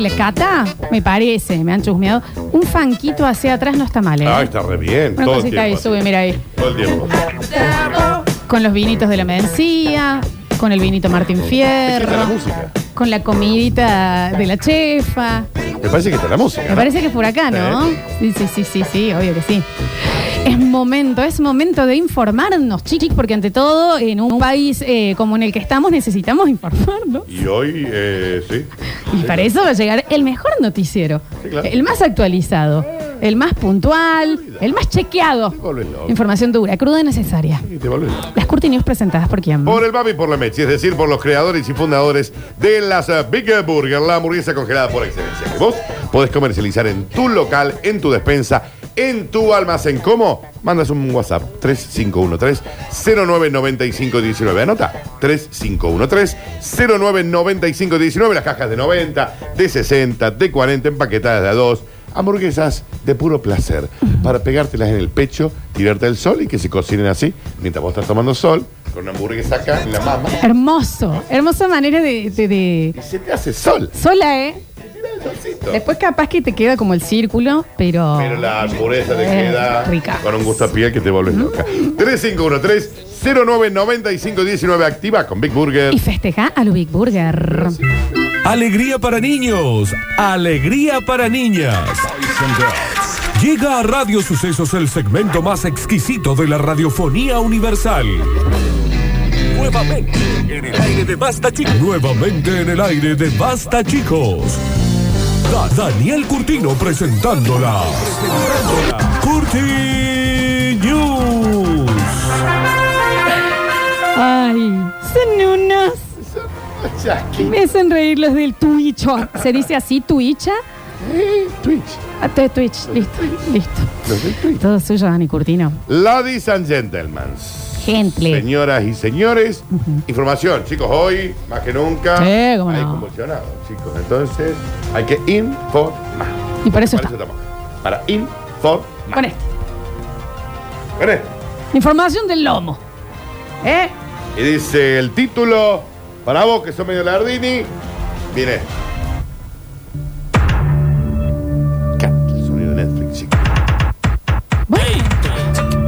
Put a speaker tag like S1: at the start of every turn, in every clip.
S1: la cata, me parece, me han chusmeado. Un fanquito hacia atrás no está mal, ¿eh?
S2: Ah, está re bien.
S1: Una
S2: todo el
S1: cosita ahí,
S2: tiempo.
S1: sube, mira ahí.
S2: Todo el tiempo.
S1: Con los vinitos de la Mencía, con el vinito Martín
S2: Está la
S1: Fierro,
S2: música.
S1: con la comidita de la chefa.
S2: Me parece que está la música.
S1: Me parece que es por acá, ¿no? Sí, sí, sí, sí, sí, obvio que sí. Es momento, es momento de informarnos, chiquis, porque ante todo, en un país eh, como en el que estamos, necesitamos informarnos.
S2: Y hoy, eh, sí.
S1: Y para eso va a llegar el mejor noticiero,
S2: Sí, claro.
S1: el más actualizado, el más puntual, el más chequeado.
S2: Te volvés loco.
S1: Información dura, cruda y necesaria.
S2: Y te volvés loco.
S1: Las Curti News presentadas por quién?
S2: Por el Babi y por la Mechi, es decir, por los creadores y fundadores de las eh, Big Burger, la hamburguesa congelada por excelencia. Que vos podés comercializar en tu local, en tu despensa, en tu almacén. ¿Cómo? Mandas un WhatsApp 3513-099519. Anota 3513-099519. Las cajas de 90, de 60, de 40, empaquetadas de a dos. Hamburguesas de puro placer, para pegártelas en el pecho, tirarte al sol y que se cocinen así, mientras vos estás tomando sol, con una hamburguesa acá en la mama,
S1: Hermoso, hermosa manera de, de- de-
S2: y se te hace sol.
S1: Sola, ¿eh?
S2: Se te da el solcito.
S1: Después capaz que te queda como el círculo, pero...
S2: Pero la hamburguesa te
S1: Eh,
S2: queda
S1: rica.
S2: con un gusto a piel que te vuelves loca. 3513-099519, activa con Big Burger.
S1: Y festeja a lo Big Burger.
S3: Alegría para niños, alegría para niñas. Llega a Radio Sucesos el segmento más exquisito de la radiofonía universal. Nuevamente en el aire de Basta Chicos. Nuevamente en el aire de Basta Chicos. Da- Daniel Curtino presentándola. Curti News.
S1: Ay, son unos...
S2: Chasqui.
S1: Me hacen reír los del Twitcho. ¿Se dice así, Twitcha?
S2: Eh, Twitch.
S1: Ah, te- Twitch, listo, listo.
S2: Los del Twitch.
S1: Todo suyo, Dani Curtino.
S2: Ladies and gentlemen.
S1: Gentle.
S2: Señoras y señores, información, chicos, hoy más que nunca
S1: Sí, cómo
S2: hay
S1: no.
S2: convulsionado, chicos. Entonces, hay que informar.
S1: Y para eso
S2: Para
S1: está.
S2: eso estamos. Para informar.
S1: Con esto.
S2: Con esto.
S1: Información del lomo. ¿Eh?
S2: Y dice el título, para vos que sos medio lardini, viene. Canta el sonido de Netflix, chicos.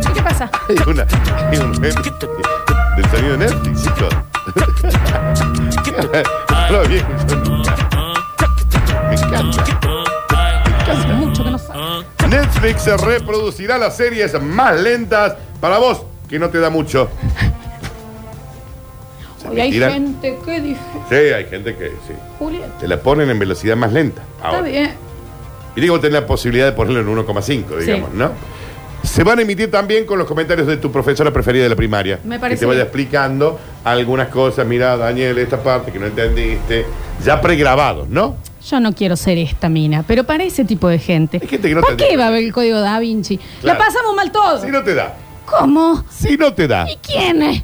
S1: ¿Qué pasa?
S2: Hay una, hay un meme del sonido de Netflix, chicos. No lo vi yo nunca. Me encanta.
S1: Hace mucho
S2: Ah,
S1: que no sale.
S2: Netflix reproducirá las series más lentas para vos, que no te da mucho. Se
S1: Hoy hay
S2: retiran.
S1: gente que dice,
S2: Sí, hay gente que sí.
S1: Julieta,
S2: Te la ponen en velocidad más lenta.
S1: está
S2: Ahora.
S1: bien.
S2: Y digo, tenés la posibilidad de ponerlo en 1,5,
S1: Sí.
S2: digamos, ¿no? Se van a emitir también con los comentarios de tu profesora preferida de la primaria.
S1: Me parece
S2: Que te vaya
S1: bien.
S2: explicando algunas cosas. Mira, Daniel, esta parte que no entendiste. Ya pregrabados, ¿no?
S1: Yo no quiero ser esta mina, pero para ese tipo de gente.
S2: Hay gente que no
S1: ¿Por
S2: te-
S1: qué va a haber el código Da Vinci?
S2: Claro.
S1: La pasamos mal todos.
S2: Si no te da.
S1: ¿Cómo?
S2: Si no te da.
S1: ¿Y quién es?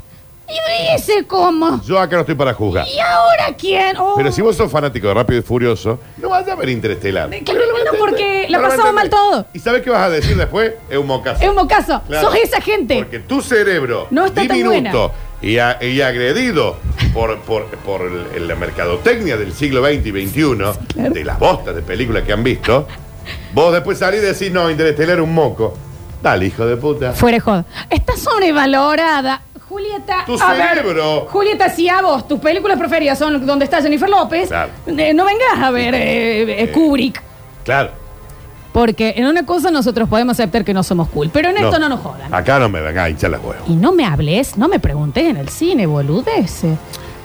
S1: ¿Y ese cómo?
S2: Yo acá no estoy para juzgar.
S1: ¿Y ahora quién? Oh.
S2: Pero si vos sos fanático de Rápido y Furioso, no vas a ver Interestelar.
S1: Eh,
S2: Pero lo vas a
S1: no,
S2: entender.
S1: porque la
S2: No lo vas a
S1: pasamos mal
S2: entender.
S1: todo.
S2: ¿Y sabes qué vas a decir después? Es un mocazo.
S1: Es un mocazo.
S2: Claro.
S1: Sos esa gente.
S2: Porque tu cerebro
S1: No está tan
S2: diminuto y, a- y agredido por, por, por el- la mercadotecnia del siglo XX y XXI, de las bostas de películas que han visto, vos después salís y decís, no, Interestelar es un moco. Dale, hijo de puta.
S1: Fuera de joda. Está sobrevalorada. Julieta,
S2: Tu
S1: a ver,
S2: cerebro.
S1: Julieta, si a vos tus películas preferidas son donde está Jennifer López,
S2: Claro.
S1: eh, no vengas a ver eh, eh, Kubrick.
S2: Claro.
S1: Porque en una cosa nosotros podemos aceptar que no somos cool, pero en esto no nos jodan.
S2: Acá no me vengan a hinchar las huevos.
S1: Y no me hables, no me preguntes en el cine, boludez.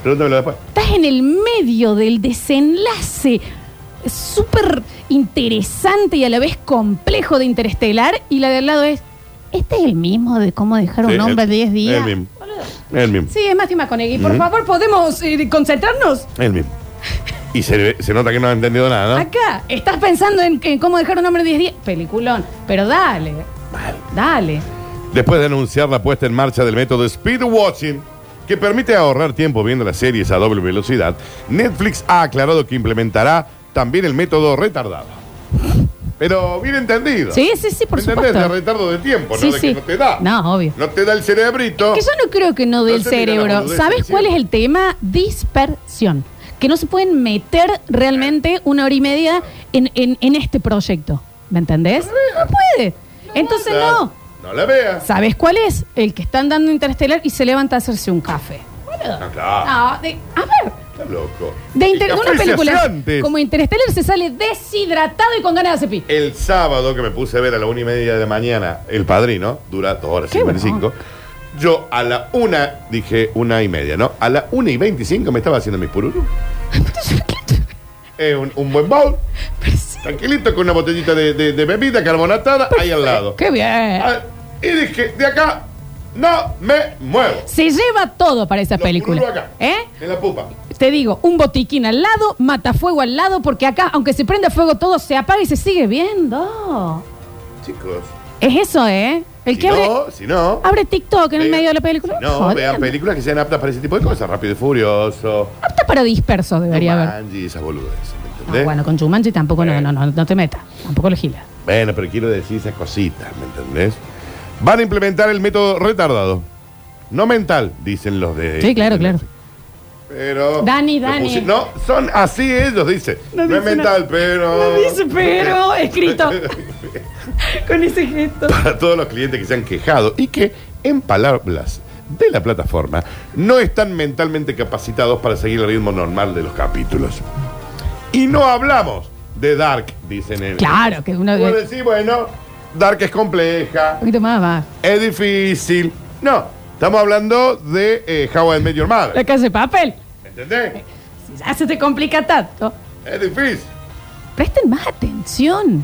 S2: Pregúntamelo después.
S1: Estás en el medio del desenlace súper interesante y a la vez complejo de Interestelar y la de al lado es, este es el mismo de cómo dejar
S2: Sí,
S1: un hombre
S2: el-
S1: 10 días.
S2: El mismo. El mismo.
S1: Sí, es Matthew McConaughey. Por
S2: Ujú.
S1: favor, ¿podemos eh, concentrarnos?
S2: El mismo. Y se, ve- se nota que no ha entendido nada, ¿no?
S1: Acá, estás pensando en, en cómo dejar un hombre 10 días. Peliculón. Pero dale. Dale.
S2: Después de anunciar la puesta en marcha del método Speedwatching, que permite ahorrar tiempo viendo las series a doble velocidad, Netflix ha aclarado que implementará también el método retardado. Pero bien entendido.
S1: Sí, sí, sí, por
S2: ¿Me ¿Entendés?
S1: supuesto.
S2: De retardo de tiempo,
S1: Sí,
S2: no de
S1: sí.
S2: que no te da.
S1: No, obvio.
S2: No te da el cerebrito.
S1: Que yo no creo que no del
S2: Entonces, mira la
S1: cerebro.
S2: boludez,
S1: ¿Sabes
S2: sí.
S1: cuál es el tema? Dispersión. que no se pueden meter realmente una hora y media en, en- en este proyecto. ¿Me entendés? No puede. Entonces no.
S2: No la veas.
S1: ¿Sabes cuál es? El que está andando interestelar y se levanta a hacerse un café. Boludo.
S2: Ah, claro.
S1: No, de- a ver.
S2: Está loco.
S1: De
S2: El
S1: inter-
S2: café
S1: una
S2: se hace
S1: película
S2: antes.
S1: como Interstellar se sale deshidratado y con ganas de hacer pis.
S2: El sábado que me puse a ver a la una y media de la mañana, El Padrino, dura dos horas
S1: Qué
S2: 55. Yo a la una, dije una y media, ¿no? A la una y veinticinco me estaba haciendo mis pururu. Eh, un, un buen bowl, tranquilito, con una botellita de, de- de bebida carbonatada ahí al lado.
S1: Qué bien.
S2: Ah, y dije, de acá no me muevo.
S1: Se lleva todo para esa
S2: Los pururu
S1: película.
S2: acá,
S1: ¿Eh?
S2: En la pupa.
S1: Te digo, un botiquín al lado, matafuego al lado, porque acá, aunque se prenda fuego todo, se apaga y se sigue viendo.
S2: Chicos,
S1: Es eso, ¿eh? El
S2: si
S1: que abre,
S2: no, si no...
S1: abre TikTok en el
S2: vean-
S1: medio de la película.
S2: si no,
S1: Joder.
S2: vean películas que sean aptas para ese tipo de cosas. Rápido y Furioso,
S1: Apta para disperso debería haber.
S2: Jumanji, esas boludeces, ¿me
S1: Ah,
S2: entendés?
S1: bueno, con Chumanchi tampoco, no,
S2: Eh.
S1: no, no, no te metas. Tampoco lo gilas.
S2: Bueno, pero quiero decir esas cositas, ¿me entendés? Van a implementar el método retardado. No mental, dicen los de...
S1: Sí, claro, claro.
S2: Pero...
S1: Dani,
S2: lo
S1: Dani.
S2: pusi- No, son así ellos, dicen. No,
S1: No
S2: es
S1: dice
S2: mental,
S1: nada.
S2: pero...
S1: No dice pero, escrito. Con ese gesto.
S2: Para todos los clientes que se han quejado y que, en palabras de la plataforma, no están mentalmente capacitados para seguir el ritmo normal de los capítulos. Y no hablamos de Dark, dicen ellos.
S1: Claro, que uno.
S2: Vos
S1: Un
S2: decís, bueno, Dark es compleja,
S1: poquito más va.
S2: es difícil. No, estamos hablando de eh, How I Met Your
S1: La
S2: Mother.
S1: casa de papel.
S2: ¿Entendés?
S1: Ya se te complica tanto.
S2: Es difícil.
S1: Presten más atención.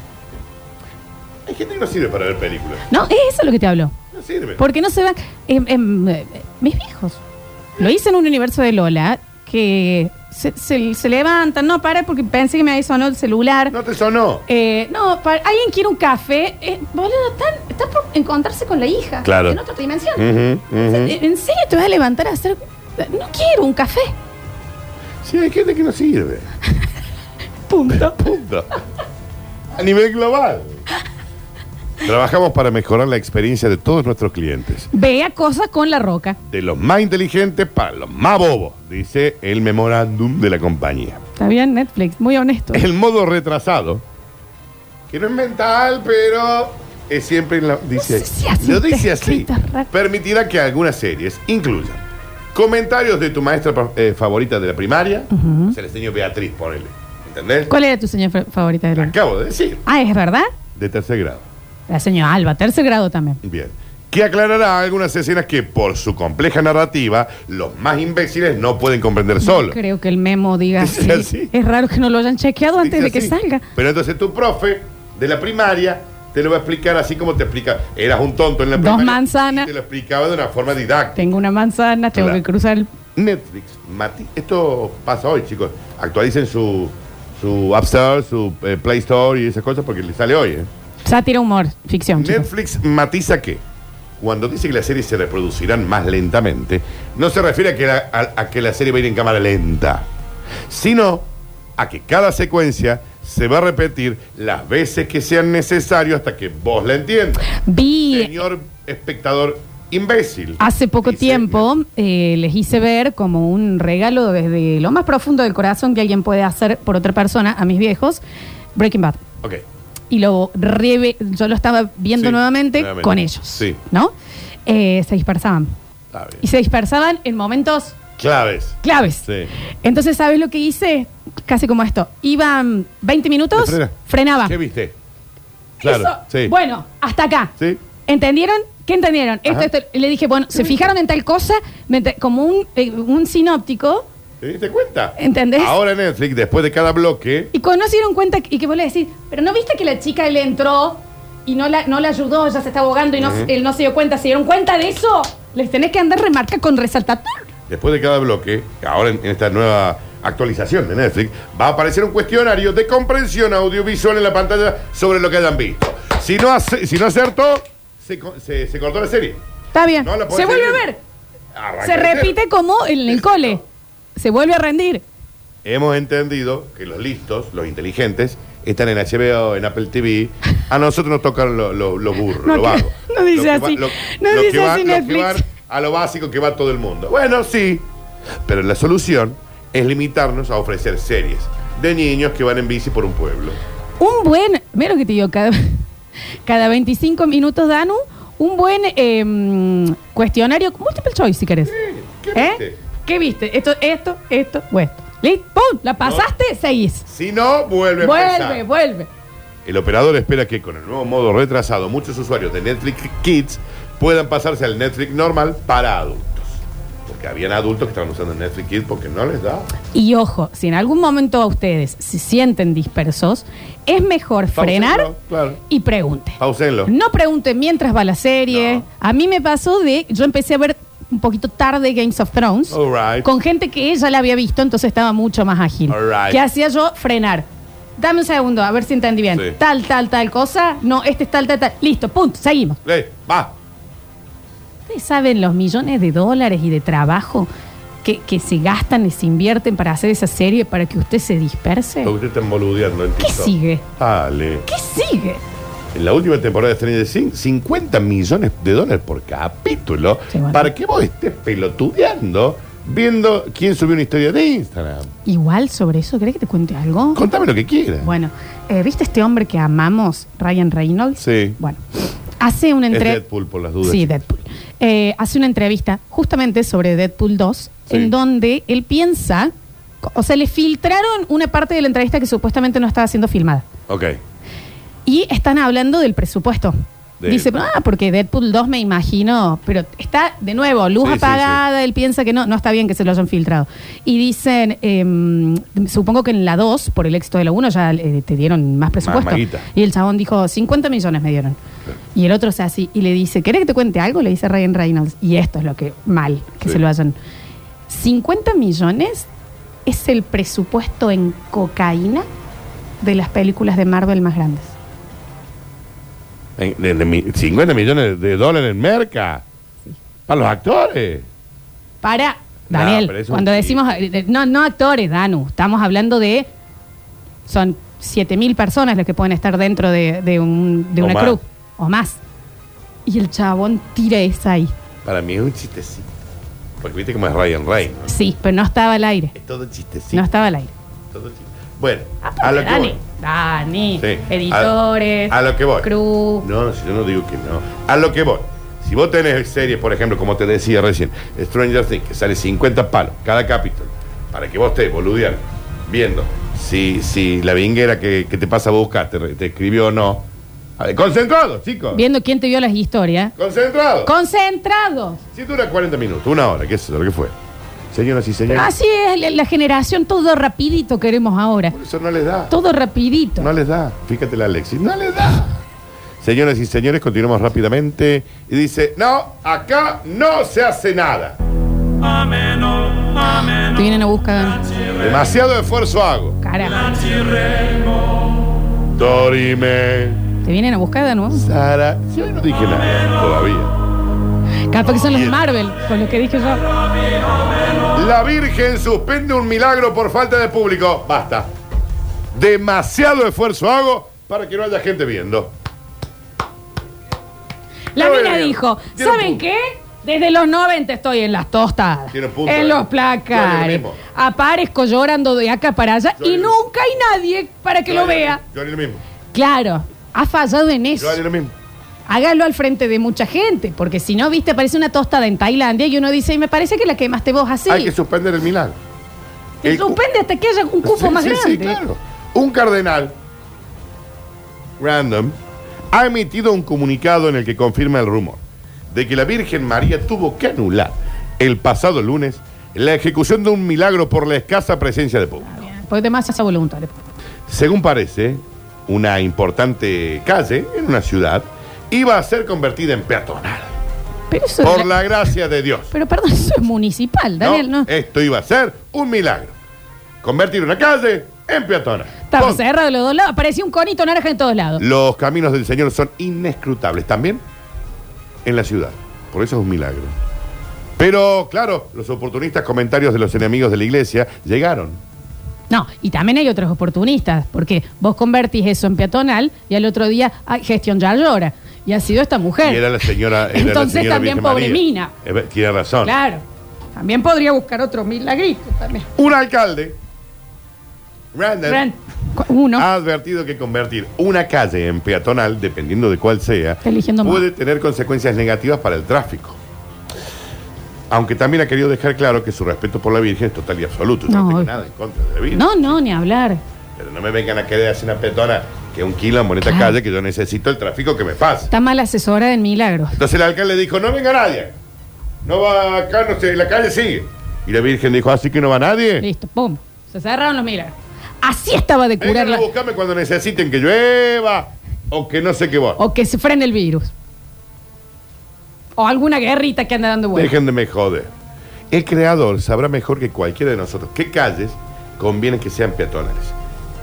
S2: Hay gente que no sirve para ver películas.
S1: No, es eso lo que te hablo.
S2: No sirve.
S1: Porque no se van. em, em, eh, mis viejos. Lo hice en un universo de Lola que se, se- se levantan. No, para porque pensé que me había sonado el celular.
S2: No te sonó.
S1: Eh, no, para, alguien quiere un café. Eh, boludo, están, están por encontrarse con la hija.
S2: Claro. Mm,
S1: En otra dimensión.
S2: Ujú,
S1: O sea,
S2: ujú.
S1: eh, ¿En serio te vas a levantar a hacer.? No quiero un café.
S2: Sí, hay gente que no sirve.
S1: Punto.
S2: Punto. A nivel global. Trabajamos para mejorar la experiencia de todos nuestros clientes.
S1: Vea cosas con la roca.
S2: De los más inteligentes para los más bobos, dice el memorándum de la compañía.
S1: Está bien, Netflix. Muy honesto.
S2: El modo retrasado, que no es mental, pero es siempre en la- dice,
S1: sé si así
S2: lo
S1: está
S2: dice así.
S1: escrito, raro.
S2: Permitirá que algunas series incluyan comentarios de tu maestra eh, favorita de la primaria, se les enseñó Beatriz, ponele. ¿Entendés?
S1: ¿Cuál era tu señal fa- favorita de
S2: La
S1: Lola?
S2: acabo de decir,
S1: Ah, ¿es verdad?
S2: de tercer grado.
S1: La señora Alba, tercer grado también.
S2: Bien. Que aclarará algunas escenas que, por su compleja narrativa, los más imbéciles no pueden comprender
S1: No
S2: solos.
S1: creo que el memo diga
S2: Dice
S1: así.
S2: así.
S1: Es raro que no lo hayan chequeado antes de
S2: Dice
S1: que
S2: así.
S1: salga.
S2: Pero entonces tu profe de la primaria te lo va a explicar así como te explica. Eras un tonto en la
S1: Dos
S2: primaria.
S1: manzanas.
S2: y Te lo explicaba de una forma didáctica.
S1: Tengo una manzana, tengo
S2: Claro.
S1: que cruzar el.
S2: Netflix, Mati, esto pasa hoy, chicos. Actualicen su, su App Store, su eh, Play Store y esas cosas porque le sale hoy. ¿eh?
S1: Sátira, humor, ficción. chicos.
S2: Netflix matiza que cuando dice que las series se reproducirán más lentamente, no se refiere a que, la, a- a que la serie va a ir en cámara lenta, sino a que cada secuencia se va a repetir las veces que sean necesario hasta que vos la entiendas.
S1: Vi
S2: Señor espectador imbécil.
S1: Hace poco
S2: Dice-
S1: tiempo eh, les hice ver como un regalo desde lo más profundo del corazón que alguien puede hacer por otra persona a mis viejos, Breaking Bad.
S2: Ok.
S1: Y lo reve- yo lo estaba viendo
S2: Sí,
S1: nuevamente,
S2: nuevamente.
S1: con ellos.
S2: Sí.
S1: ¿No? Eh, se dispersaban.
S2: Está bien.
S1: Y se dispersaban en momentos
S2: Claves.
S1: claves.
S2: Sí.
S1: Entonces, ¿sabes lo que hice? Casi como esto. Iban 20 minutos,
S2: ¿Te frena?
S1: frenaba.
S2: ¿Qué viste? Claro.
S1: Eso,
S2: sí.
S1: Bueno, hasta acá.
S2: Sí.
S1: ¿Entendieron? ¿Qué entendieron? Esto,
S2: Ajá.
S1: esto. Y Le dije, bueno, se fijaron en tal cosa, Me ent- como un, eh, un sinóptico,
S2: ¿Te diste cuenta?
S1: ¿Entendés?
S2: Ahora Netflix, después de cada bloque,
S1: y cuando no se dieron cuenta, y que vos le decís, pero ¿no viste que la chica le entró y no la, no la ayudó, ya se está abogando y no,
S2: Ujú.
S1: él no se dio cuenta? ¿Se dieron cuenta de eso? Les tenés que andar remarca con resaltador.
S2: Después de cada bloque, ahora en, en esta nueva actualización de Netflix, va a aparecer un cuestionario de comprensión audiovisual en la pantalla sobre lo que hayan visto. Si no, hace- si no acertó, se, co- se- se cortó la serie.
S1: Está bien.
S2: No la podés
S1: Eh, se vuelve
S2: seguir.
S1: a ver.
S2: Arranca
S1: Se
S2: de cero.
S1: repite como en el
S2: Exacto.
S1: cole. Se vuelve a rendir.
S2: Hemos entendido que los listos, los inteligentes, están en HBO, en Apple TV. A nosotros nos tocan los lo, lo burros,
S1: No,
S2: lo
S1: que-
S2: vago.
S1: no dice
S2: Lo que
S1: así.
S2: lo-
S1: No
S2: lo que
S1: dice
S2: va-
S1: así
S2: lo que
S1: Netflix.
S2: va a lo básico que va todo el mundo. Bueno, sí, pero la solución es limitarnos a ofrecer series de niños que van en bici por un pueblo.
S1: Un buen, mira lo que te digo, cada, cada 25 minutos, Danu, un buen eh, cuestionario, multiple choice si querés.
S2: ¿Qué
S1: ¿Eh?
S2: viste?
S1: ¿Qué viste? Esto, esto, esto o esto. ¿Listo? ¡Pum! ¿La pasaste? Seguís.
S2: Si no, vuelve, a empezar.
S1: Vuelve, vuelve.
S2: El operador espera que con el nuevo modo retrasado muchos usuarios de Netflix Kids puedan pasarse al Netflix normal para adultos. Porque habían adultos que estaban usando Netflix Kids porque no les da.
S1: Y ojo, si en algún momento a ustedes se sienten dispersos, es mejor
S2: Pausenlo,
S1: frenar
S2: claro.
S1: y pregunten.
S2: Pausenlo.
S1: No pregunten mientras va la serie.
S2: No.
S1: A mí me pasó de. Yo empecé a ver un poquito tarde Games of Thrones
S2: All right.
S1: con gente que ella la había visto, entonces estaba mucho más ágil.
S2: All right.
S1: Que hacía yo frenar. Dame un segundo, a ver si entendí bien.
S2: Sí.
S1: Tal, tal, tal cosa. No, este es tal, tal, tal. Listo, punto, seguimos.
S2: Ey, va.
S1: Ustedes saben los millones de dólares y de trabajo que, que se gastan y se invierten para hacer esa serie para que usted se disperse.
S2: Lo que usted está boludeando en
S1: ¿Qué
S2: TikTok.
S1: sigue?
S2: Dale.
S1: ¿Qué sigue?
S2: En la última temporada de Stranger Things, 50 millones de dólares por capítulo
S1: Sí, bueno.
S2: para que vos estés pelotudeando viendo quién subió una historia de Instagram.
S1: Igual sobre eso, ¿crees que te cuente algo?
S2: Contame lo que quieras.
S1: Bueno, eh, ¿viste este hombre que amamos, Ryan Reynolds?
S2: Sí.
S1: Bueno, hace una
S2: Es
S1: entrevista.
S2: Deadpool por las dudas.
S1: Sí, Deadpool. Eh, hace una entrevista justamente sobre Deadpool 2,
S2: Sí.
S1: en donde él piensa. O sea, le filtraron una parte de la entrevista que supuestamente no estaba siendo filmada.
S2: Ok.
S1: Y están hablando del presupuesto.
S2: De-
S1: Dice, ah, porque Deadpool 2 me imagino, pero está de nuevo, luz
S2: Sí, sí,
S1: apagada, él piensa que no, no está bien que se lo hayan filtrado. Y dicen, em, supongo que en la 2, por el éxito de la 1, ya eh, te dieron más presupuesto.
S2: guita.
S1: y el chabón dijo, 50 millones me dieron. Y el otro se así y le dice, ¿querés que te cuente algo? Le dice Ryan Reynolds. Y esto es lo que, mal, que
S2: Sí.
S1: se lo hayan. 50 millones es el presupuesto en cocaína de las películas de Marvel más grandes.
S2: En- de- de mi- 50 millones de dólares en merca. Para los actores.
S1: Para,
S2: No,
S1: Daniel,
S2: pero es un
S1: cuando
S2: chiste.
S1: decimos, eh, de- no, no actores, Danu, estamos hablando de, son 7.000 personas las que pueden estar dentro de, de un- de
S2: O
S1: una
S2: más.
S1: cruz, o más. Y el chabón tira esa ahí.
S2: Para mí es un chistecito. Porque viste cómo es Ryan Reynolds.
S1: Sí, pero no estaba al aire.
S2: Es todo chistecito.
S1: No estaba al aire. Ah,
S2: todo chiste. Bueno, a lo que
S1: Dani,
S2: voy.
S1: Dani,
S2: Sí.
S1: editores,
S2: A, a lo que voy.
S1: cruz.
S2: No, si yo no digo que no. A lo que voy. Si vos tenés series, por ejemplo, como te decía recién, Stranger Things, que sale 50 palos cada capítulo, para que vos estés boludeando, viendo si, si la vinguera que, que te pasa a buscar te, re- te escribió o no. A ver, concentrado, chicos.
S1: Viendo quién te vio las historias.
S2: Concentrado.
S1: Concentrados.
S2: Si dura 40 minutos, una hora, qué sé yo, lo que fue. Señoras y señores,
S1: Así es la, la generación, todo rapidito queremos ahora.
S2: eso no les da.
S1: Todo rapidito.
S2: No les da. Fíjate la Alexis. No les da. Señoras y señores, continuamos rápidamente. Y dice, no, acá no se hace nada.
S1: Te vienen a buscar.
S2: Demasiado esfuerzo hago.
S1: Carajo.
S2: Dorime.
S1: Te vienen a buscar de nuevo.
S2: Sara. Yo no dije nada todavía.
S1: Capaz que son los Marvel, con lo que dije yo.
S2: La Virgen suspende un milagro por falta de público. Basta. Demasiado esfuerzo hago para que no haya gente viendo.
S1: La
S2: Está
S1: mina
S2: bien.
S1: dijo,
S2: Tiene
S1: ¿saben
S2: punto.
S1: qué? Desde los 90 estoy en las tostadas,
S2: Tiene punto,
S1: en
S2: eh.
S1: los
S2: Yo haría
S1: placares,
S2: lo mismo.
S1: aparezco llorando de acá para allá
S2: Yo
S1: y
S2: haría lo
S1: nunca hay nadie para que lo vea.
S2: Yo haría lo mismo.
S1: Claro, ha fallado en eso.
S2: Yo haría lo mismo.
S1: Hágalo al frente de mucha gente, porque si no, viste, aparece una tostada en Tailandia y uno dice, y me parece que la quemaste vos así.
S2: Hay que suspender el milagro.
S1: Te
S2: El cu-
S1: suspende hasta que haya un cupo
S2: Sí,
S1: más
S2: sí,
S1: grande.
S2: Sí, claro. Un cardenal random ha emitido un comunicado en el que confirma el rumor de que la Virgen María tuvo que anular el pasado lunes la ejecución de un milagro por la escasa presencia de público.
S1: Porque además se hace voluntario.
S2: Según parece, una importante calle en una ciudad iba a ser convertida en peatonal.
S1: Pero eso
S2: Por
S1: es-
S2: la eh, gracia de Dios.
S1: Pero perdón, eso es municipal, Daniel, ¿no?
S2: Esto iba a ser un milagro. Convertir una calle en peatonal.
S1: Estaba
S2: Punto.
S1: cerrado de los dos lados. Aparecía un conito naranja en todos lados.
S2: Los caminos del Señor son inescrutables también en la ciudad. Por eso es un milagro. Pero, claro, los oportunistas comentarios de los enemigos de la iglesia llegaron.
S1: No, y también hay otros oportunistas, porque vos convertís eso en peatonal y al otro día, ay, gestión ya llora. Y ha sido esta mujer.
S2: Y era la señora. Era
S1: Entonces
S2: la señora
S1: también
S2: Virgen
S1: pobre
S2: María.
S1: mina.
S2: Eh, Tiene razón.
S1: Claro. También podría buscar otro milagrito también.
S2: Un alcalde, Randall,
S1: Ren, cu- Uno.
S2: ha advertido que convertir una calle en peatonal, dependiendo de cuál sea,
S1: Está eligiendo mal.
S2: puede tener consecuencias negativas para el tráfico. Aunque también ha querido dejar claro que su respeto por la Virgen es total y absoluto. Yo no,
S1: No.
S2: tengo nada en contra de la Virgen.
S1: No, no, ni hablar.
S2: Pero no me vengan a querer hacer una peatona que un kilo en esta
S1: Claro.
S2: calle que yo necesito el tráfico que me pase.
S1: Está mal asesora en milagros.
S2: Entonces el alcalde dijo, no venga nadie. No va acá, no sé, la calle sigue. Y la Virgen dijo, así que no va nadie.
S1: Listo, pum. Se cerraron los milagros. Así estaba de
S2: Vengan
S1: curarla.
S2: a buscarme cuando necesiten que llueva o que no sé qué va.
S1: O que se frene el virus. O alguna guerrita que anda dando vueltas.
S2: Dejen de me joder. El creador sabrá mejor que cualquiera de nosotros qué calles conviene que sean peatonales.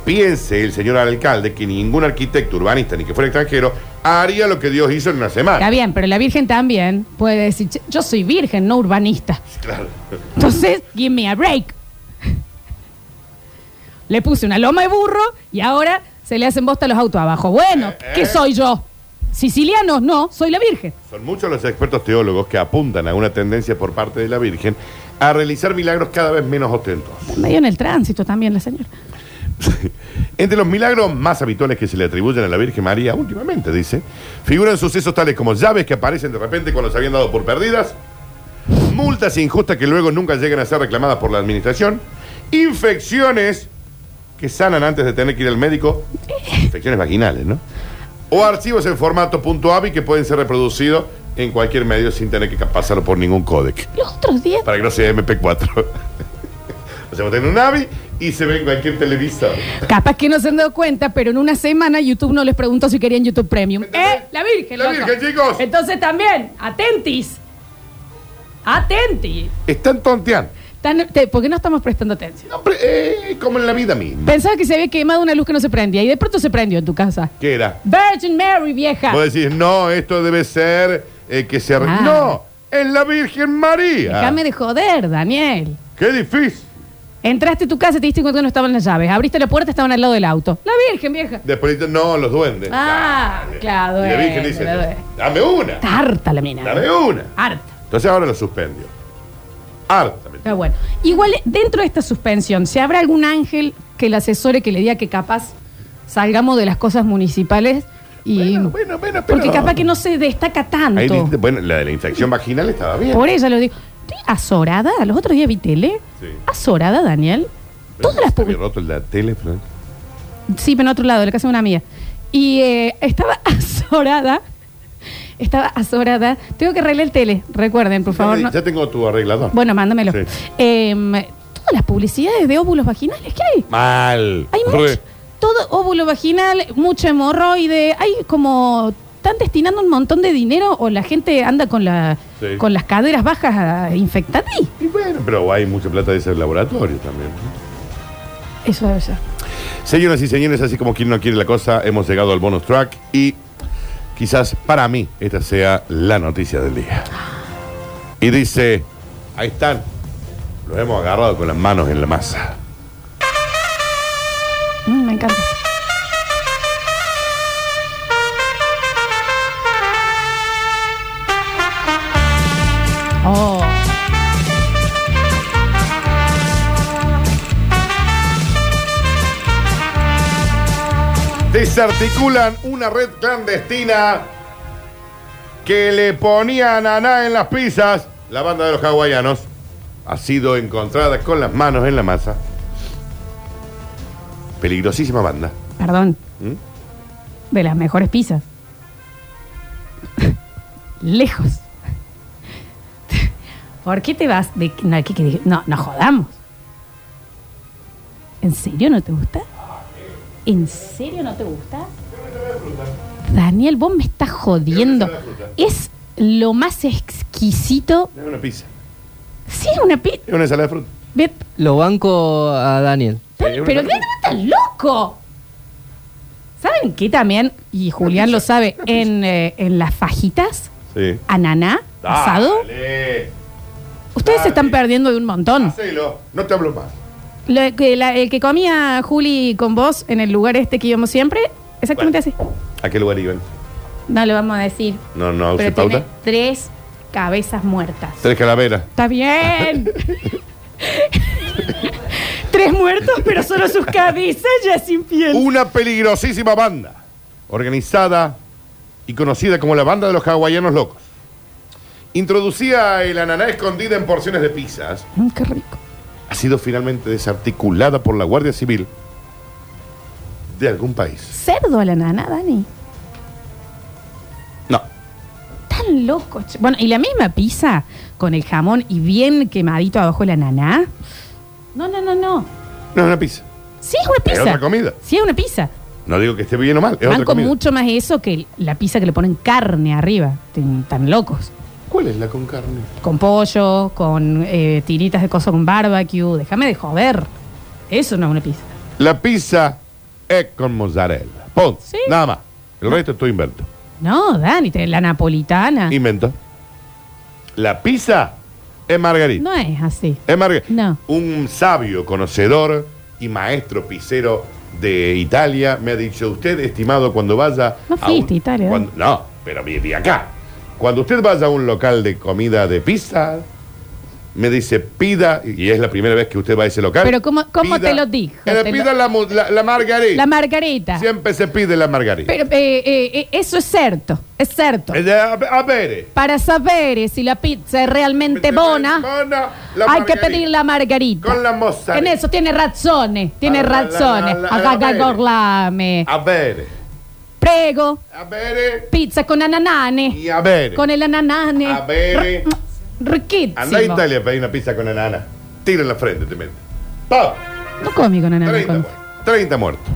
S2: Piense el señor alcalde que ningún arquitecto urbanista, ni que fuera extranjero, haría lo que Dios hizo en una semana.
S1: Está bien, pero la Virgen también puede decir, "Che, yo soy virgen, no urbanista.
S2: Claro.
S1: Entonces, give me a break. Le puse una loma de burro y ahora se le hacen bosta a los autos abajo.
S2: Eh,
S1: Bueno, ¿qué soy yo? Siciliano, no, soy la Virgen.
S2: Son muchos los expertos teólogos que apuntan a una tendencia por parte de la Virgen a realizar milagros cada vez menos ostentosos.
S1: Medio en el tránsito también la señora.
S2: Entre los milagros más habituales que se le atribuyen a la Virgen María últimamente, dice, figuran sucesos tales como llaves que aparecen de repente cuando se habían dado por perdidas, multas injustas que luego nunca llegan a ser reclamadas por la administración, infecciones que sanan antes de tener que ir al médico, infecciones vaginales, ¿no? O archivos en formato .avi que pueden ser reproducidos en cualquier medio sin tener que pasar por ningún códec
S1: Los otros días
S2: para que no sea MP4. o sea, vos tenés un AVI y se ve en cualquier televisor.
S1: Capaz que no se han dado cuenta, pero en una semana YouTube no les preguntó si querían YouTube Premium.
S2: Entonces,
S1: ¡Eh! ¡La Virgen!
S2: la
S1: loco!
S2: Virgen, chicos.
S1: Entonces también, atentis. Atentis.
S2: Están tonteando.
S1: Tan- te- ¿Por qué no estamos prestando atención?
S2: No, pero, eh, como en la vida misma.
S1: Pensaba que se había quemado una luz que no se prendía y de pronto se prendió en tu casa.
S2: ¿Qué era?
S1: Virgin Mary, vieja.
S2: Vos decís, no, esto debe ser eh, que se... arre-
S1: Ah.
S2: No, es la Virgen María.
S1: Déjame de joder, Daniel.
S2: Qué difícil.
S1: Entraste a tu casa, te diste cuenta que no estaban las llaves. Abriste la puerta, estaban al lado del auto. La Virgen, vieja.
S2: Después dice, no, los duendes.
S1: Ah,
S2: Dale.
S1: claro,
S2: Y la
S1: duende,
S2: Virgen dice,
S1: duende.
S2: dame una,
S1: Está harta la mina.
S2: dame una.
S1: Harta.
S2: Entonces ahora lo suspendió. Harta.
S1: Pero bueno, igual dentro de esta suspensión, ¿se habrá algún ángel que le asesore que le diga que capaz salgamos de las cosas municipales? Y,
S2: Bueno, bueno, bueno, pero-
S1: Porque capaz que no se destaca tanto.
S2: Ahí dice, bueno, la de la infección vaginal estaba bien.
S1: Por ella lo digo. Estoy azorada. Los otros días vi tele.
S2: Sí.
S1: Azorada, Daniel. Todas las
S2: Se había
S1: publicaciones.
S2: roto la tele, Fran.
S1: Sí, pero en otro lado, la casa de una amiga. Y eh, estaba azorada. Estaba azorada. Tengo que arreglar el tele. Recuerden, por favor. no-
S2: Eh, Ya tengo tu arreglador.
S1: Bueno, mándamelo.
S2: Sí.
S1: Em, todas las publicidades de óvulos vaginales que hay.
S2: Mal.
S1: Hay
S2: Re.
S1: mucho. Todo óvulo vaginal, mucho hemorroide. Hay como. Están destinando un montón de dinero o la gente anda con, la,
S2: Sí.
S1: con las caderas bajas a- infectada. Y
S2: Y bueno, pero hay mucha plata de ese laboratorio también.
S1: Eso debe ser.
S2: Señoras y señores, así como quien no quiere la cosa, hemos llegado al bonus track y quizás para mí esta sea la noticia del día. Y dice, ahí están, los hemos agarrado con las manos en la masa.
S1: Mm, me encanta. Oh.
S2: Desarticulan una red clandestina que le ponía naná en las pizzas. La banda de los hawaianos ha sido encontrada con las manos en la masa. Peligrosísima banda.
S1: Perdón.
S2: ¿Mm?
S1: De las mejores pizzas. Lejos. ¿Por qué te vas de.? No, ¿qué, qué- no, no jodamos. ¿En serio no te gusta? ¿En serio no te gusta? Daniel, vos me estás jodiendo.
S2: Pero no sabe a fruta.
S1: Es lo más exquisito.
S2: Es una pizza.
S1: Sí, es una pizza.
S2: Es una ensalada de fruta.
S4: Lo banco a Daniel.
S2: Eh,
S1: Pero
S2: una
S1: ¿qué estás loco? ¿Saben qué también? Y Julián
S2: pizza,
S1: lo sabe,
S2: una pizza.
S1: en, eh, en las fajitas,
S2: Sí.
S1: ananá, asado,
S2: Dale,
S1: ustedes se están
S2: dale. Ah,
S1: perdiendo de un montón.
S2: hacelo, no te hablo más.
S1: Lo que- la- el que comía Juli con vos en el lugar este que íbamos siempre, exactamente así.
S2: ¿A qué lugar iban?
S1: No lo vamos a decir.
S2: No, no,
S1: Pero
S2: ¿se
S1: tiene
S2: pauta?
S1: tres cabezas muertas.
S2: Tres calaveras.
S1: Está bien. Tres muertos, pero solo sus cabezas ya sin piel.
S2: Una peligrosísima banda, organizada y conocida como la Banda de los Hawaianos Locos. Introducía el ananá escondida en porciones de pizzas.
S1: Mm, qué rico.
S2: Ha sido finalmente desarticulada por la Guardia Civil de algún país.
S1: Cerdo a la nana, Dani.
S2: No,
S1: Tan loco. che. Bueno, y la misma pizza con el jamón y bien quemadito abajo la naná. No, no, no, no.
S2: no es una pizza.
S1: Sí es una
S2: Es
S1: pizza.
S2: otra comida.
S1: Sí es una pizza.
S2: No digo que esté bien o mal, es otra
S1: Banco
S2: comida.
S1: mucho más eso que la pizza que le ponen carne arriba. Ten- Tan locos.
S2: ¿Cuál es la con carne?
S1: Con pollo, con eh, tiritas de coso con barbecue. Déjame de joder. Eso no es una pizza.
S2: La pizza es con mozzarella. Punto.
S1: Sí.
S2: Nada más. El resto tú invento.
S1: No, Dani, te- la napolitana.
S2: Invento. La pizza es margarita.
S1: No es así.
S2: Es margarita.
S1: No.
S2: Un sabio conocedor y maestro pizzero de Italia me ha dicho, usted, estimado, cuando vaya...
S1: No
S2: a
S1: fuiste
S2: un-
S1: a Italia, ¿eh?
S2: cuando- no, pero viví acá. Cuando usted vaya a un local de comida de pizza, me dice, pida, y es la primera vez que usted va a ese local.
S1: Pero ¿cómo- cómo te lo dijo?
S2: Eh,
S1: Te
S2: pida
S1: lo-
S2: la, mu- la- la margarita.
S1: La margarita.
S2: Siempre se pide la margarita.
S1: Pero eh, eh, eh, eso es cierto. Es cierto.
S2: Eh, a, a ver.
S1: Para saber eh, si la pizza es realmente bona,
S2: Bona, la
S1: hay que
S2: margarita.
S1: pedir la margarita.
S2: Con la mozzarella.
S1: En eso tiene razones, tiene eh.
S2: Ah, la, la,
S1: razones.
S2: la, la, la, la, la.
S1: Agagagorlame.
S2: A ver.
S1: Prego,
S2: A ver.
S1: pizza con ananane.
S2: Y a ver.
S1: Con el ananane.
S2: A ver. eh.
S1: Mm, Riquísimo.
S2: Andá a Italia a pedir una pizza con anana. Tira en la frente, te mete. ¡Pam!
S1: No comí con ananane.
S2: 30
S1: con-
S2: muertos. 30 muertos.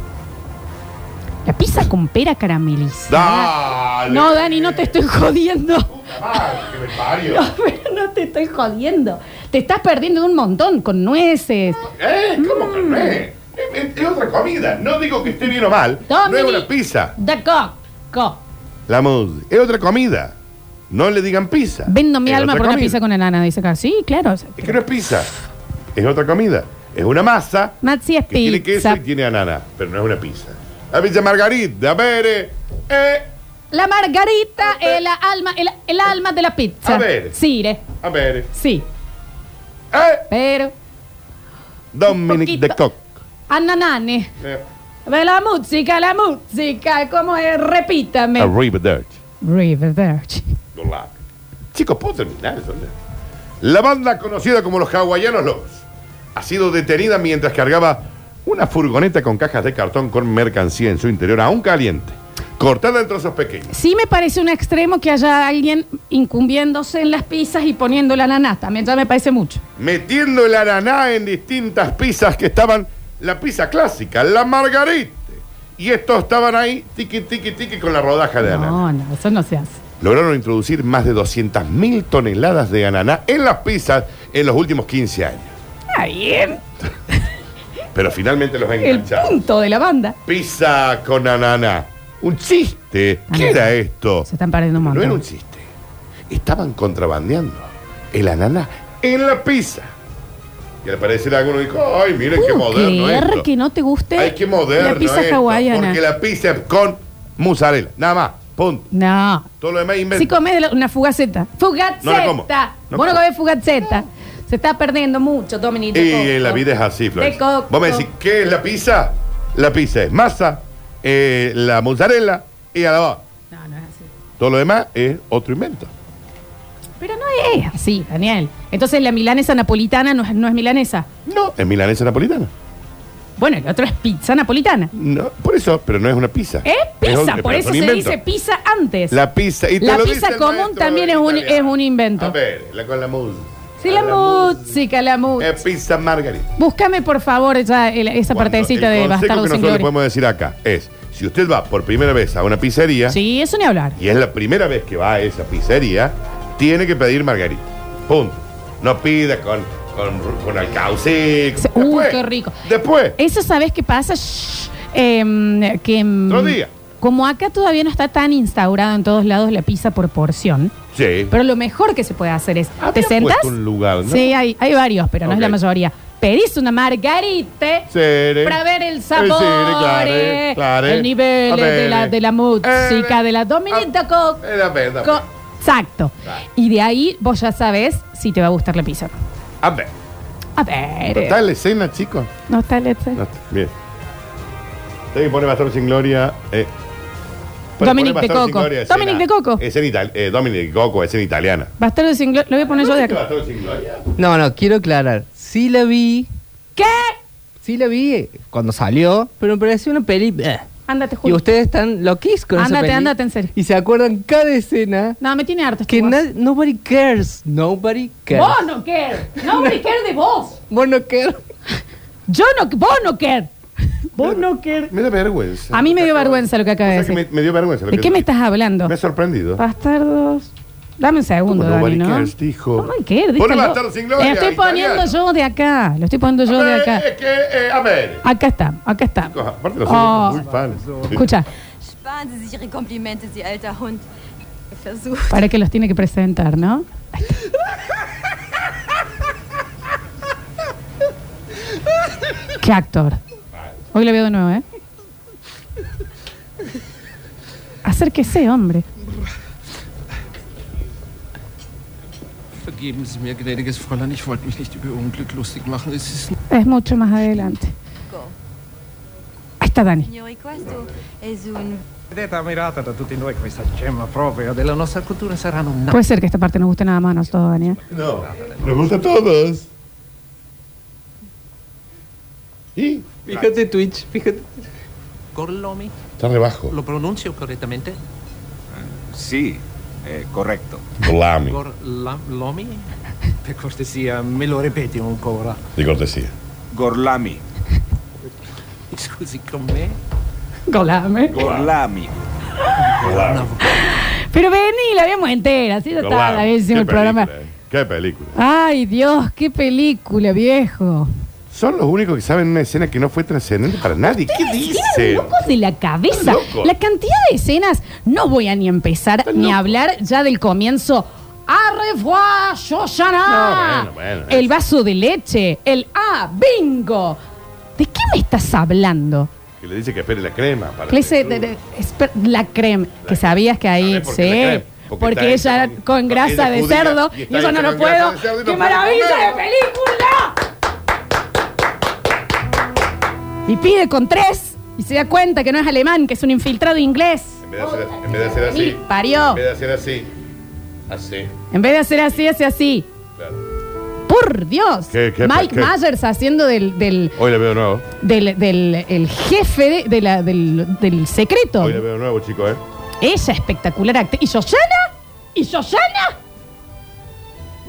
S1: La pizza con pera caramelizada.
S2: Dale.
S1: No, Dani, no te estoy jodiendo.
S2: Ay, que me parió.
S1: No, pero no te estoy jodiendo. Te estás perdiendo de un montón con nueces.
S2: ¿Eh? ¿Cómo que no es?
S1: Mm.
S2: Es- es otra comida. No digo que esté bien o mal. No es
S1: Dominic.
S2: una pizza.
S1: Da co, co.
S2: La música. Es otra comida. No le digan pizza.
S1: Vendo mi
S2: Es
S1: alma
S2: Eh, otra
S1: por una
S2: comida.
S1: pizza con enana, dice acá. Sí, claro.
S2: Es que no es pizza. Es otra comida. Es una masa.
S1: Maxi es
S2: que tiene queso
S1: pizza.
S2: y tiene anana. Pero no es una pizza. La pizza margarita. A ver. eh, eh,
S1: La margarita es la alma, el, el alma de la pizza.
S2: Ah, A ver.
S1: Sí, re.
S2: a ver. eh,
S1: sí.
S2: Eh.
S1: Pero.
S2: Dominic
S1: poquito.
S2: de Koch.
S1: Ananane.
S2: Eh,
S1: Ve La música, la música. ¿Cómo es? Repítame.
S2: Eh, Arrivederci.
S1: Riververge.
S2: Good luck. Chicos, ¿puedo terminar? eso? La banda conocida como los hawaianos locos ha sido detenida mientras cargaba una furgoneta con cajas de cartón con mercancía en su interior aún caliente, cortada en trozos pequeños.
S1: Sí me parece un extremo que haya alguien incumbiéndose en las pizzas y poniendo la ananá. También ya me parece mucho.
S2: Metiendo el ananá en distintas pizzas que estaban, la pizza clásica, la margarita. Y estos estaban ahí, tiqui, tiqui, tiqui, con la rodaja de ananá.
S1: No, no, eso no se hace.
S2: Lograron introducir más de 200.000 toneladas de ananá en las pizzas en los últimos 15 años.
S1: Está bien.
S2: Pero finalmente los
S1: El
S2: engancharon.
S1: punto de la banda.
S2: Pizza con anana. Un chiste. ¿Qué
S1: Ah,
S2: era esto?
S1: Se están perdiendo un
S2: No
S1: montón.
S2: era un chiste. Estaban contrabandeando el ananá en la pizza. Y al parecer alguno dijo, ay, miren qué
S1: ¿Puedo
S2: moderno
S1: creer
S2: esto.
S1: que no te guste
S2: Ay, qué moderno
S1: la pizza
S2: esto,
S1: hawaiana?
S2: Porque la pizza es con mozzarella. Nada más. Punto.
S1: No.
S2: Todo lo demás
S1: Si
S2: invento.
S1: comes de la- una fugaceta. ¡Fugaceta!
S2: No la como. No
S1: Vos no
S2: como.
S1: comés fugaceta. Se está perdiendo mucho, Dominic.
S2: y
S1: de
S2: eh,
S1: coco.
S2: la vida es así, Flores.
S1: De coco.
S2: Vos me decís, ¿qué es la pizza? La pizza es masa, eh, la mozzarella y a la va.
S1: No, no es así.
S2: Todo lo demás es otro invento.
S1: Pero no es así, Daniel. Entonces la milanesa napolitana no es, no es milanesa.
S2: No, es milanesa napolitana.
S1: Bueno, el otro es pizza napolitana.
S2: No, por eso, pero no es una pizza.
S1: Es pizza,
S2: otro-
S1: por
S2: pero
S1: eso
S2: un
S1: se
S2: invento.
S1: dice pizza antes.
S2: La pizza. y te
S1: La
S2: lo
S1: pizza
S2: dice el
S1: común
S2: maestro
S1: también es un-
S2: italiano.
S1: es un invento.
S2: A ver, la con la música.
S1: sí, la, música, la música.
S2: Es pizza margarita.
S1: Búscame, por favor, ya el- esa
S2: Cuando
S1: partecita
S2: el
S1: de
S2: consejo
S1: Bastardo
S2: que
S1: sin
S2: nosotros le
S1: Gloria.
S2: podemos decir acá es, si usted va por primera vez a una pizzería,
S1: Sí, eso ni hablar.
S2: y es la primera vez que va a esa pizzería, tiene que pedir margarita. Punto. No pida con, con, con alcauce.
S1: Se-
S2: con-
S1: uh,
S2: después.
S1: qué rico. Eh,
S2: Después.
S1: Eso sabes qué pasa, Shh, em, que em,
S2: Otro día.
S1: como acá todavía no está tan instaurado en todos lados la pizza por porción,
S2: sí.
S1: pero lo mejor que se puede hacer es, ¿te
S2: Había
S1: sentas?
S2: puesto un lugar, ¿no?
S1: Sí, hay, hay varios, pero no es
S2: Ok.
S1: la mayoría. Pedís una margarita
S2: Cere.
S1: para ver el
S2: Cere,
S1: sabor,
S2: claro,
S1: eh,
S2: claro.
S1: el nivel
S2: A
S1: eh, de
S2: ver.
S1: la, de la música,
S2: Eh,
S1: de la Dominita
S2: a-
S1: Cook.
S2: Eh, a ver, a ver.
S1: Co- Exacto. Y de ahí vos ya sabés si te va a gustar la pizza.
S2: A ver.
S1: A ver.
S2: ¿No está la escena, chicos?
S1: No está el Excel.
S2: No está. Bien. Tengo que poner Bastardo sin Gloria. Eh. Pone-
S1: Dominic
S2: pone
S1: de
S2: Bastardo sin
S1: Coco.
S2: Gloria, escena-
S1: Dominic de Coco.
S2: Escena itali- eh, Dominic de Coco, escena italiana.
S1: Bastardo sin gloria. Lo voy a poner yo de
S2: ¿Viste
S1: acá.
S2: Bastardo sin Gloria?
S4: No, no, quiero aclarar. Sí la vi,
S1: ¿Qué?
S4: sí la vi eh, cuando salió, pero me pareció una peli... eh.
S1: Ándate,
S4: Y
S1: Julio.
S4: ustedes están loquís con esa
S1: Ándate,
S4: peli.
S1: ándate, en serio.
S4: Y se acuerdan cada escena
S1: No, me tiene harto. este
S4: que
S1: guaso.
S4: na- nobody cares. Nobody cares.
S1: Vos no quer. Nobody care de vos.
S4: Vos no cares.
S1: Yo no. Vos no quer. Vos no quer.
S2: Me da vergüenza.
S1: A mí me dio
S2: Acabo-
S1: vergüenza lo que acaba de
S2: O sea que
S1: decir.
S2: me, me dio vergüenza. lo
S1: ¿De
S2: que-
S1: qué me estás hablando?
S2: Me ha sorprendido.
S1: Bastardos. Dame un segundo,
S2: ¿Cómo
S1: Dani,
S2: nobody
S1: ¿no?
S2: cares, dijo?
S1: Nobody cares, dijo
S2: Poné
S1: el-
S2: Bastardo sin Gloria,
S1: Le Eh, estoy poniendo
S2: italiano.
S1: yo de acá. Lo estoy poniendo yo de
S2: Eh,
S1: acá.
S2: Es que, eh, a ver.
S1: Acá está, acá está.
S2: Aparte, los
S1: Oh,
S2: somos muy fans.
S1: Escucha,
S5: Sparen Sie sich Ihre Komplimente, Sie alter Hund. Versuch.
S1: para que los tiene que presentar, ¿no? Qué actor. Hoy lo veo de nuevo, ¿eh? Acérquese, hombre.
S6: Vergeben Sie mir, gnädiges Fräulein, ich wollte mich nicht über Ihr Unglück lustig machen. Es ist
S1: Es mucho más adelante.
S5: Go.
S1: Ahí está Dani.
S5: Signori, questo è un
S7: Vedete, ammirata da tutti noi questa gemma propria della nostra cultura saranno un
S1: Puede ser que esta parte nos guste nada más a nosotros, Dani. ¿eh?
S2: No, nos gusta a todos. Y
S4: Fíjate Twitch, fíjate.
S7: Gorlomi,
S2: está rebajo.
S7: lo pronuncio correctamente?
S8: Sí, eh, correcto.
S2: Blami,
S7: Gorlomi? Per cortesia, me lo ripeti ancora.
S2: de cortesía.
S8: Gorlami.
S7: Scusi, com'è?
S1: Golame.
S8: Gorlami.
S1: Pero vení, la vemos entera. Así ya está, la vez en el programa.
S2: Qué película.
S1: Ay, Dios, qué película, viejo.
S2: Son los únicos que saben una escena que no fue trascendente para nadie. ¿Qué dicen?
S1: Locos de la cabeza.
S2: Están locos.
S1: La cantidad de escenas, no voy a ni empezar
S2: Están
S1: ni
S2: locos.
S1: hablar ya del comienzo. Arre, fuá, Shoshana.
S2: No, bueno, bueno,
S1: el
S2: eso.
S1: vaso de leche, el ah, bingo. ¿De qué me estás hablando?
S2: Que le dice que espere la crema. Para
S1: Le dice,
S2: el
S1: de-
S2: desayuno.
S1: de- esper- la creme, que sabías que ahí,
S2: ¿Sabes por
S1: sí.
S2: qué la creme?
S1: Porque,
S2: Porque está
S1: ella
S2: hecha con-
S1: con grasa
S2: ella
S1: de
S2: es judía
S1: cerdo
S2: y
S1: y,
S2: está
S1: yo
S2: hecha
S1: no lo
S2: con grasa
S1: puedo.
S2: de cerdo y no
S1: ¡Qué
S2: puede
S1: maravilla de
S2: comer!
S1: película! Y pide con tres y se da cuenta que no es alemán, que es un infiltrado inglés.
S2: En vez de hacer, en vez de hacer
S1: Y
S2: así.
S1: parió.
S2: En vez de hacer así. Así.
S1: En vez de hacer así, hace así.
S2: Claro.
S1: ¡Por Dios!
S2: ¿Qué, qué,
S1: Mike
S2: qué?
S1: Myers haciendo del, del,
S2: Hoy la veo de nuevo.
S1: del, del- el jefe de, de la- del, del secreto.
S2: Hoy la veo de nuevo, chicos, ¿eh?
S1: Ella espectacular actriz. ¿Y Shoshana? ¿Y Shoshana?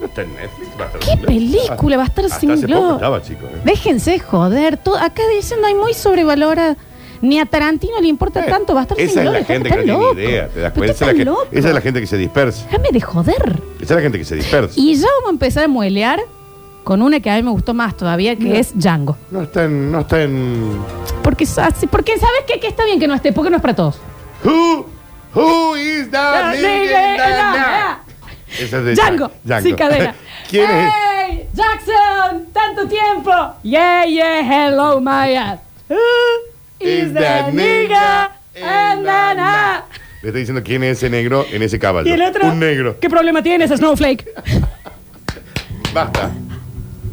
S2: No está en Netflix. va a estar
S1: ¿Qué
S2: en Netflix.
S1: película va a estar
S2: Hasta
S1: sin
S2: hace poco
S1: globo?
S2: estaba, chicos. ¿eh?
S1: Déjense joder. Todo, acá dicen no hay muy sobrevalorada. Ni a Tarantino le importa
S2: Eh,
S1: tanto. Va a estar sin
S2: Esa es
S1: globo.
S2: la gente que no tiene ni idea, ¿te das cuenta? Esa es, la
S1: loco.
S2: que- esa es la gente que se dispersa.
S1: Déjame de joder.
S2: Esa es la gente que se dispersa.
S1: Y ya vamos a empezar a muelear con una que a mí me gustó más todavía, que es Django.
S2: No está en. No está en.
S1: Porque, sa- porque ¿sabes qué? Que está bien que no esté, porque no es para todos.
S2: Who, who is that
S1: Sí,
S2: nigga in
S1: sí,
S2: the
S1: no, ah.
S2: night?
S1: no.
S2: Esa es de
S1: Django,
S2: Django.
S1: sin cadena. Eh.
S2: ¿Quién es?
S1: ¡Hey! ¡Jackson! ¡Tanto tiempo! ¡Yeah, yeah! ¡Hello, Maya! Who is that nigga and na, na?
S2: Le estoy diciendo quién es ese negro en ese caballo.
S1: Y el otro.
S2: Un negro.
S1: ¿Qué problema tienes, Snowflake?
S2: Basta.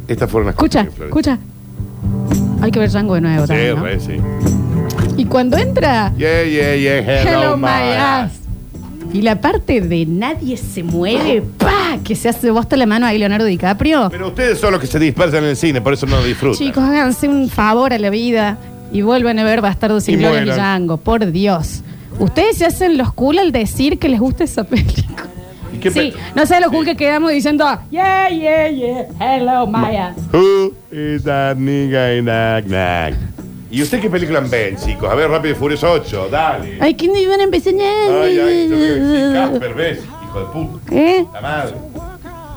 S2: Estas fueron las
S1: Escucha,
S2: cosas que Florencia-
S1: escucha. Hay que ver Django de nuevo también, ¿no?
S2: Sí, re, sí.
S1: Y cuando entra.
S2: Yeah, yeah, yeah. Hello,
S1: Hello,
S2: my
S1: my ass.
S2: ass.
S1: Y la parte de nadie se mueve, pa, que se hace bosta la mano a Leonardo DiCaprio.
S2: Pero ustedes son los que se dispersan en el cine, por eso no lo disfrutan.
S1: Chicos, háganse un favor a la vida y vuelvan a ver Bastardos sin
S2: Y
S1: Gloria y
S2: mueran.
S1: Django, por Dios. Ustedes se hacen los cool al decir que les gusta esa película.
S2: ¿Y qué
S1: Sí,
S2: pe-
S1: no sea lo cool que quedamos diciendo, yeah, yeah, yeah, hello, Maya.
S2: Who is that nigga in the night? ¿Y usted qué película ven, chicos? A ver, Rápido y Furioso 8, dale.
S1: Ay, que no iban a empezar.
S2: Ay, ay, yo creo que sí, Casper, ves, hijo de puta.
S1: ¿Eh?
S2: La madre.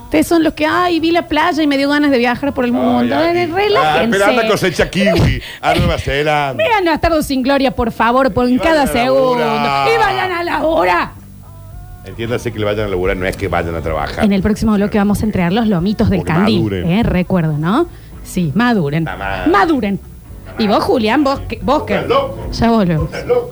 S1: Ustedes son los que, ay, vi la playa y me dio ganas de viajar por el
S2: Ay,
S1: mundo.
S2: ay,
S1: Eh,
S2: ay. Ah,
S1: Relájense.
S2: Pero anda cosecha kiwi a Nueva Zelanda.
S1: Vean Bastardos sin Gloria, por favor, por en
S2: Y
S1: cada
S2: vayan a
S1: segundo.
S2: laburar.
S1: Y vayan a la hora.
S2: Entiéndase que le vayan a laburar, no es que vayan a trabajar.
S1: En el próximo bloque vamos a entregar los lomitos del
S2: Porque
S1: candil.
S2: maduren.
S1: Eh, Recuerdo, ¿no? Sí, maduren.
S2: Está mal.
S1: Maduren. Y vos, Julián, vos, que- vos que.
S2: Estás loco.
S1: Ya volvemos.
S2: Estás loco.